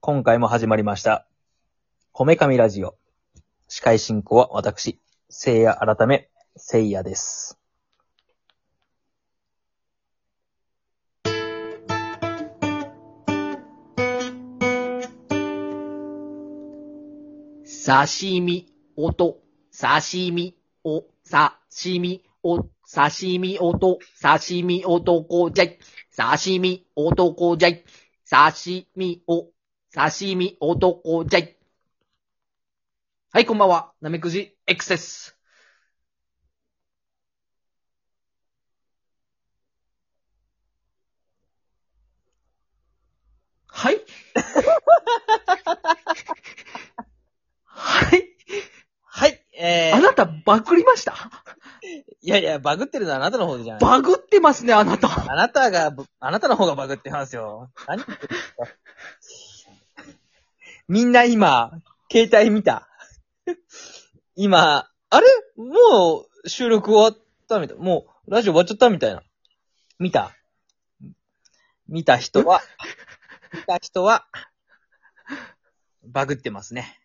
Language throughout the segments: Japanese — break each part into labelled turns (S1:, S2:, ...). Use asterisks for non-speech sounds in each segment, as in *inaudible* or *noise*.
S1: 今回も始まりました。こめかみラジオ。司会進行は私、聖夜改め、聖夜です。
S2: 刺身、音、刺身、お、刺身、お、刺身、音、刺身、男じゃい。刺身、男じゃい。刺身、お、刺身、男じゃい。はい、こんばんは。なめくじ X です。はいはい。
S1: はい、え
S2: あなた、バグりました
S1: いやいや、バグってるのはあなたの方じゃない。
S2: バグってますね、あなた。
S1: あなたがぶ、あなたの方がバグってますよ。何言ってるんですかみんな今、携帯見た。今、あれもう収録終わったみたい。もうラジオ終わっちゃったみたいな。見た。見た人は、見た人は、バグってますね。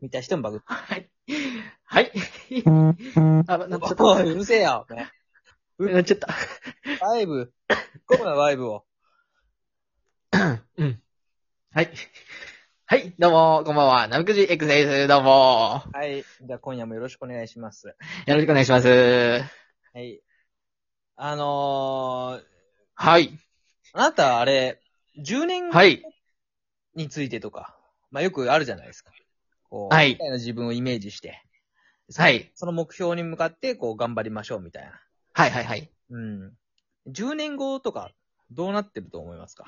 S1: 見た人もバグって
S2: はい。はい。あ、なっちゃっ
S1: お
S2: た。
S1: い、うるせえよ。ね
S2: なっちゃった。
S1: ワイブ。こむな、ワイブを。
S2: うん。はい。はい、どうも、こんばんは。ナムクジ X です。どうも。
S1: はい。じゃあ今夜もよろしくお願いします。
S2: よろしくお願いします。
S1: はい。あのー、
S2: はい。
S1: あなた、あれ、10年
S2: はい。
S1: についてとか、まあよくあるじゃないですか。こう、
S2: はい
S1: 未来の自分をイメージして、
S2: はい。
S1: その目標に向かって、こう、頑張りましょうみたいな。
S2: はい、はい、はい。
S1: うん。10年後とか、どうなってると思いますか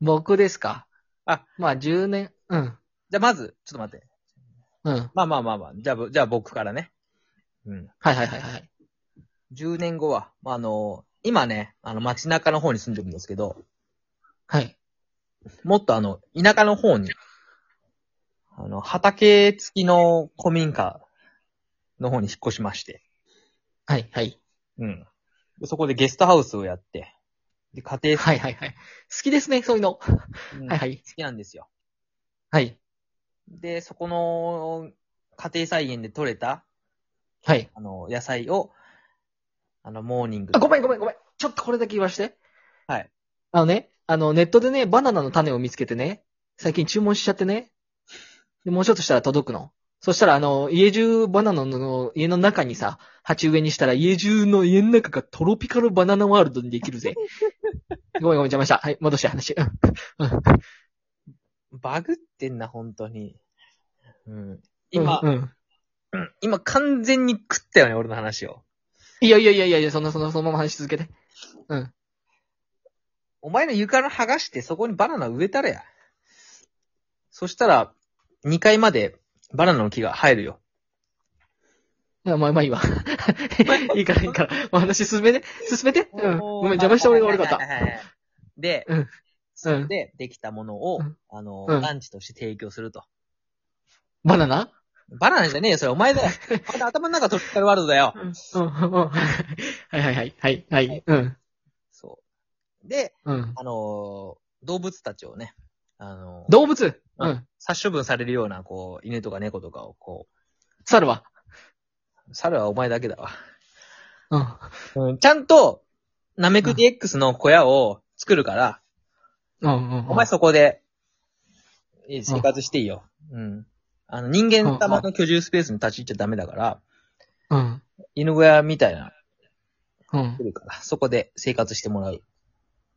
S2: 僕ですか
S1: あ、
S2: まあ、10年、うん。
S1: じゃあまず、ちょっと待って。
S2: うん。
S1: まあまあまあまあ、じゃあ、ぶじゃあ僕からね。うん。
S2: はい、はい、はい、はい。
S1: 10年後は、まああのー今ね、あの、街中の方に住んでるんですけど、
S2: はい。
S1: もっとあの、田舎の方に、あの、畑付きの古民家の方に引っ越しまして、
S2: はい、はい。
S1: うん。でそこでゲストハウスをやって、で、家庭、
S2: はい、はい、はい。好きですね、そういうの。
S1: うん
S2: はい、
S1: 好
S2: はい。
S1: きなんですよ。
S2: はい。
S1: で、そこの家庭菜園で採れた、
S2: はい。
S1: あの、野菜を、あの、モーニング。
S2: あ、ごめんごめんごめん。ちょっとこれだけ言わして。
S1: はい。
S2: あのね、あの、ネットでね、バナナの種を見つけてね、最近注文しちゃってね。で、もうちょっとしたら届くの。そしたら、あの、家中、バナナの、家の中にさ、鉢植えにしたら、家中の家の中がトロピカルバナナワールドにで
S1: *laughs*
S2: きるぜ。ごめんごめん、邪魔した。はい、戻して話。うん
S1: バグってんな、本当に。うん。今、
S2: うんうん。
S1: 今完全に食ったよね、俺の話を。
S2: いやいやいやいやいや、その、その、そのまま話し続けて。うん。
S1: お前の床の剥がしてそこにバナナ植えたらや。そしたら、2階までバナナの木が生えるよ。
S2: いやまあまあい
S1: *laughs*
S2: いわ。いいからいいから。お話進めて、進めて。うん。ごめん、邪魔した俺が悪かった
S1: はい。はいはいはいで、
S2: うん
S1: それ
S2: うん
S1: で、できたものを、
S2: うん
S1: あの、
S2: うん
S1: ランチとして提供すると。
S2: バナナ
S1: バナナじゃねえよ、それ。お前
S2: *laughs*
S1: だよ。お前の頭の中トロピカルワールドだよ。
S2: うん、うん、うん。はいはいはい、はい、はい、うん、
S1: そう。で、
S2: うん。
S1: あのー動物たちをね、あのー
S2: 動物うん。
S1: 殺処分されるような、こう、犬とか猫とかを、こ
S2: 猿は
S1: う、猿はお前だけだわ。
S2: うん。
S1: うん、ちゃんと、ナメクジ X の小屋を作るから、
S2: うん、うん。
S1: お前そこで、いい
S2: ん
S1: 生活していいよ。うん。あの、人間様の居住スペースに立ち入っちゃダメだから、
S2: うん、
S1: 犬小屋みたいな、
S2: うん
S1: 来、るから、そこで生活してもらう。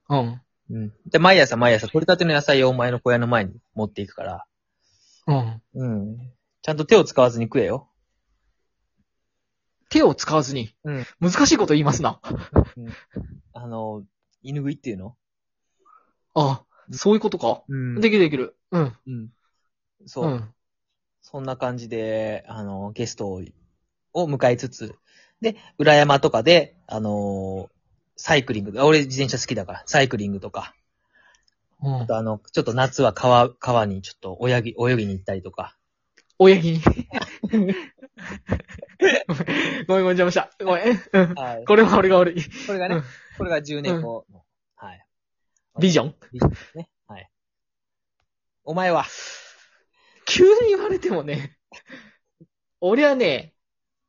S2: うん、
S1: うん。で、毎朝毎朝、取り立ての野菜をお前の小屋の前に持っていくから、
S2: うん。
S1: うん。ちゃんと手を使わずに食えよ。
S2: 手を使わずに。
S1: うん。
S2: 難しいこと言いますな。
S1: あの、犬食いっていうの
S2: あそういうことか。
S1: うん
S2: できるできる。うん、
S1: うん。そうう。
S2: ん。
S1: そんな感じで、あの、ゲストをを迎えつつ、で、裏山とかで、あのーサイクリング、あ俺自転車好きだから、サイクリングとか、
S2: うん
S1: *laughs* あとあの、ちょっと夏は川、川にちょっと泳ぎ、泳ぎに行ったりとか、
S2: 親に。 *laughs* ごめんごめん、邪魔した。ごめん。うん
S1: はい。
S2: これは俺が悪い。
S1: これが
S2: う
S1: ね
S2: ん、
S1: これが10年後の、はい。
S2: ビジョン
S1: ビジョンですね。はい。お前は。
S2: 急に言われてもね、俺はね、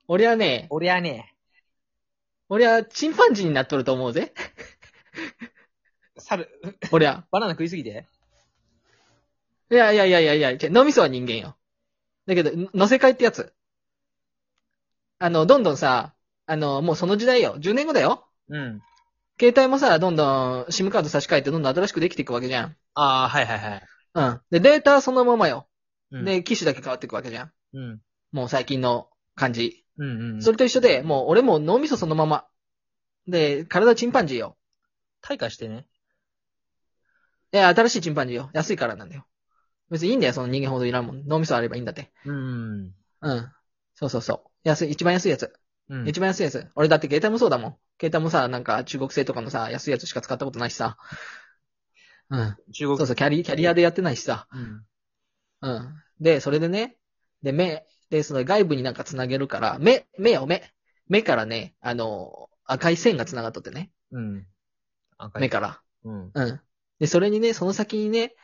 S2: 俺はね、
S1: 俺はね、
S2: 俺はチンパンジーになっとると思うぜ。
S1: 猿、
S2: 俺は。
S1: バナナ食いすぎて。
S2: いやいやいやいやいや、違う脳みそは人間よ。だけど、ん乗せ替えってやつ。あの、どんどんさ、あの、もうその時代よ。10年後だよ。
S1: うん。
S2: 携帯もさ、どんどん SIM カード差し替えてどんどん新しくできていくわけじゃん。
S1: ああ、はいはいはい。
S2: うん。で、データはそのままよ。
S1: うん、
S2: で、機種だけ変わっていくわけじゃん。
S1: うん。
S2: もう最近の感じ。
S1: うんうん。
S2: それと一緒で、もう俺も脳みそそのまま。で、体チンパンジーよ。
S1: 退化してね。
S2: いや、新しいチンパンジーよ。安いからなんだよ。別にいいんだよ、その人間ほどいらんもん。脳みそあればいいんだって。
S1: うん。
S2: うん。そうそうそう。安い、一番安いやつ。
S1: うん。
S2: 一番安いやつ。俺だって携帯もそうだもん。携帯もさ、なんか中国製とかのさ、安いやつしか使ったことないしさ。うん。
S1: 中
S2: そう
S1: 国。
S2: そう、キャリ、キャリアでやってないしさ。
S1: うん。
S2: うん。で、それでね、で、目、で、その外部になんか繋げるから、目、目よ、目。目からね、あの、赤い線が繋がっとってね。
S1: うん。赤
S2: 目
S1: い。
S2: から。
S1: うん。
S2: うん。で、それにね、その先にね、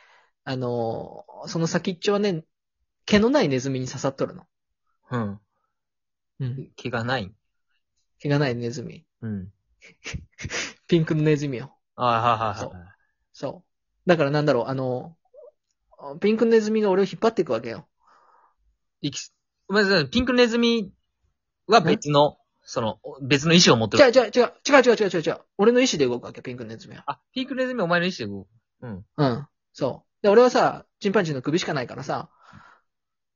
S2: あのーその先っちょはね、毛のないネズミに刺さっとるの。
S1: うん。
S2: うん。
S1: 毛がない。
S2: 毛がないネズミ。
S1: うん。
S2: ピンクのネズミよ。
S1: ああ、はい
S2: そ
S1: は
S2: う
S1: いはい。
S2: そう。だからなんだろう、あのーピンクのネズミが俺を引っ張っていくわけよ。
S1: いき、まず、ピンクネズミは別の、その、別の意思を持って
S2: 違
S1: る。
S2: う違う違う、違う違う違う違う違う。俺の意思で動くわけよ、ピンクのネズミは。
S1: あ、ピンクネズミはお前の意思で動く。うん。
S2: うん。そう。で、俺はさ、チンパンジーの首しかないからさ、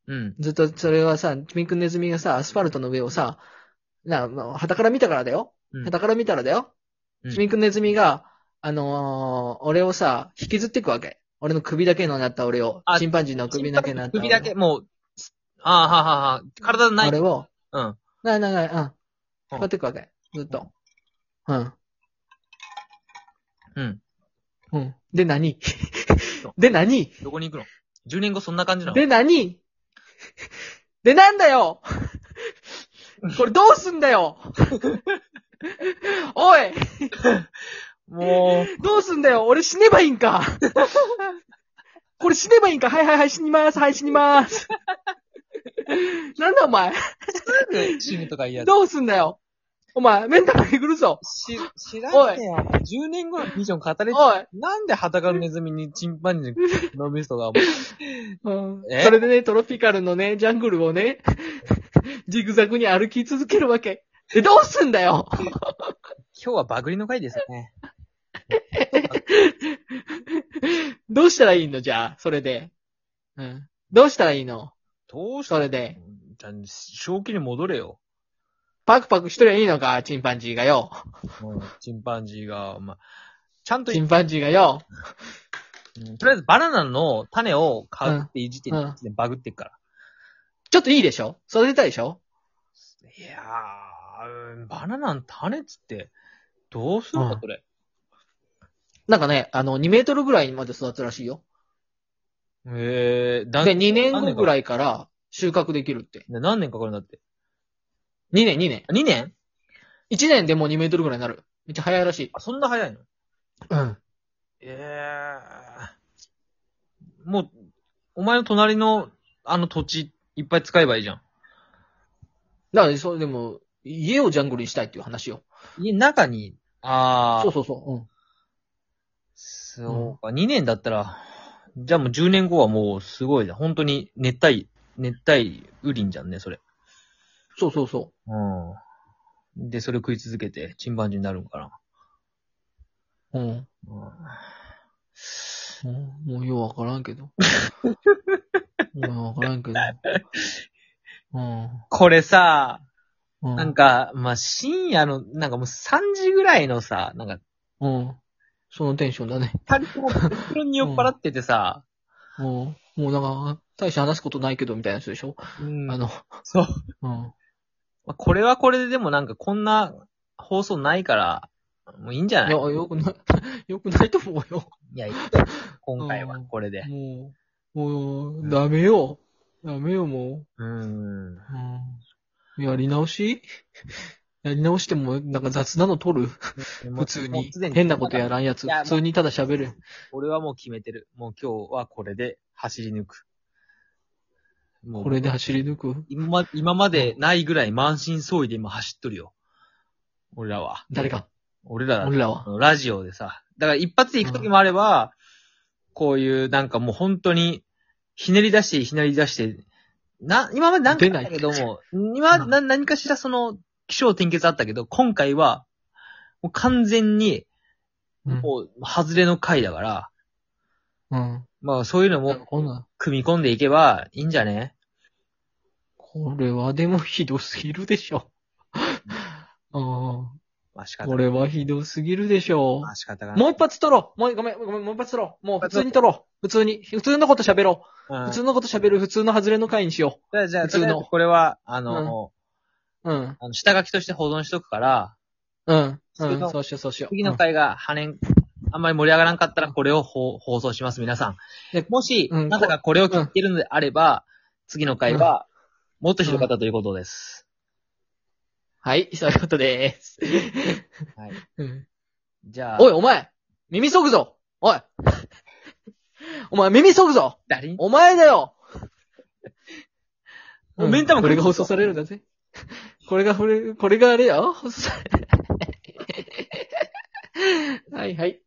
S1: うん。
S2: ずっとそれはさ、ピンクネズミがさ、アスファルトの上をさ、な、まあ、旗から見たからだよ。
S1: うん
S2: 旗から見たらだよ。
S1: うん
S2: ピンクネズミが、あのー俺をさ、引きずっていくわけ。俺の首だけのなった俺を。
S1: あ
S2: チンパンジーの首だけになった
S1: 首
S2: 俺を
S1: だけ、もう、ああ、はあはあはあ、体ない。
S2: 俺を。
S1: うん。
S2: ないないない、うん。引っ張っていくわけ。ずっと。うん。
S1: うん。
S2: うん。
S1: *laughs*
S2: で何で何
S1: どこに行くの ?10 年後そんな感じなの
S2: で何でなんだよこれどうすんだよおい
S1: も
S2: どうすんだよ俺死ねばいいんかこれ死ねばいいんかはいはいはい死にますはい死にますなんだお前
S1: う、死ぬとか言いやつ。
S2: どうすんだよお前、メンタルえぐるぞ
S1: し、知らんねや。10年後のビジョン語れて、
S2: おい、
S1: なんで裸のネズミにチンパンジーのミストが、
S2: うん
S1: え
S2: それでね、トロピカルのね、ジャングルをね、 *laughs* ジグザグに歩き続けるわけ。で、どうすんだよ
S1: 今日はバグりの回ですね。
S2: どうしたらいいのじゃあ、それで。うん。どうしたらいいの
S1: どうした
S2: そ
S1: ら
S2: れで。
S1: じゃあ正気に戻れよ。
S2: パクパクしとりゃいいのかチンパンジーがよ。
S1: うんチンパンジーが、まあ、ちゃんと、
S2: チ
S1: うん
S2: ンパンジーがよ。
S1: とりあえずバナナの種を買うっていう時点
S2: うんうん
S1: でバグってっから。
S2: ちょっといいでしょ育てたいでしょ
S1: いやー、うんバナナの種っつって、どうするん
S2: う
S1: だ
S2: ん
S1: それ。
S2: なんかね、あの、2メートルぐらいまで育つらしいよ。
S1: えー、だ
S2: で、2年後ぐら
S1: い。
S2: いから収穫できるって。
S1: 何年かかるんだって。
S2: 2年、2年。
S1: 2年
S2: 1年でもう2メートルぐらいになる。めっちゃ早いらしい。
S1: あ、そんな早いの
S2: うん。
S1: ええもう、お前の隣の、あの土地、いっぱい使えばいいじゃん。
S2: だから、そう、でも、家をジャングルにしたいっていう話よ。
S1: 家、中に、ああ、
S2: そ
S1: そうう
S2: そうそう。うん。
S1: か、2年だったら、じゃあもう10年後はもうすごいじゃん。本当に熱帯、熱帯雨林じゃんね、それ。
S2: そうそうそ
S1: うん。で、それ食い続けて、チンパンジーになるんかな。
S2: う。うん。
S1: うん
S2: うんもうようわからん
S1: *laughs*
S2: けど。もうわからんけど。うん。
S1: これさ、
S2: うん
S1: なんか、まあ、深夜の、なんかもう3時ぐらいのさ、なんか、
S2: うん。そのテンションだね。
S1: 二人とも結論に酔っ払っててさ、
S2: うん。もうなんか、大して話すことないけどみたいなやつでしょ、
S1: うん
S2: あの、
S1: そう。
S2: うん。
S1: まあ、これはこれででもなんかこんな放送ないから、もういいんじゃない
S2: いや、よくない、 *laughs* よくないと思うよ。
S1: いや、いい今回はこれで。
S2: もう、もう、ダメよ。ダメよ、も
S1: うーん。
S2: う。うん。やり直しやり直しても、なんか雑なの取る普通
S1: もう
S2: に
S1: すで。
S2: 変なことやらんやつ。
S1: いやもう
S2: 普通にただ喋る。
S1: 俺はもう決めてる。もう今日はこれで走り抜く。もう、
S2: これで走り抜く
S1: 今ま、今までないぐらい満身創痍で今走っとるよ。俺らは。
S2: 誰か
S1: 俺らだって
S2: 俺らは。
S1: ラジオでさ。だから一発で行くときもあれば、こういうなんかもう本当に、ひねり出して、ひねり出して、な、今まで何回かあったけども、今、
S2: うん
S1: な、何かしらその、気象転結あったけど、今回は、もう完全に、
S2: うん。
S1: もう、外れの回だから、
S2: うん。
S1: まあそういうの
S2: なん
S1: も
S2: かこんな、
S1: 組み込んでいけばいいんじゃね
S2: これはでもひどすぎるでしょ。うん。
S1: まあ仕方
S2: こ
S1: ない。
S2: れはひどすぎるでしょ
S1: ま。あ仕方がない。
S2: もう一発取ろう。もう、ごめん、ごめん、もう一発取ろう。もう普通に取ろう。普通に。普通のこと喋ろう。
S1: うん
S2: 普通のこと喋る。普通の外れの回にしよ
S1: じゃあ、じゃあ、
S2: 普
S1: と
S2: 通
S1: り
S2: の
S1: あえずこれは、あの、
S2: う。うん。
S1: あの下書きとして保存しとくから、
S2: うん。
S1: 普
S2: う
S1: 通
S2: ん。
S1: の
S2: そうしよう、そうしよう。
S1: 次の
S2: うん
S1: 回が跳ねん、あんまり盛り上がらんかったらこれを放放送します、皆さん。
S2: で
S1: もし、
S2: うん
S1: なたがこれを聞いてるのであれば、次の回は、もっとひどかったということです。
S2: はい、そういうことでーす。
S1: はい。
S2: うん
S1: じゃあ、
S2: おい、お前耳そぐぞおいお前耳そぐぞ
S1: 誰に
S2: お前だ *laughs* よ
S1: おメンタルも
S2: これが放送されるんだぜ。これが、 *laughs* これ、これがあれよ放送される。はいはい。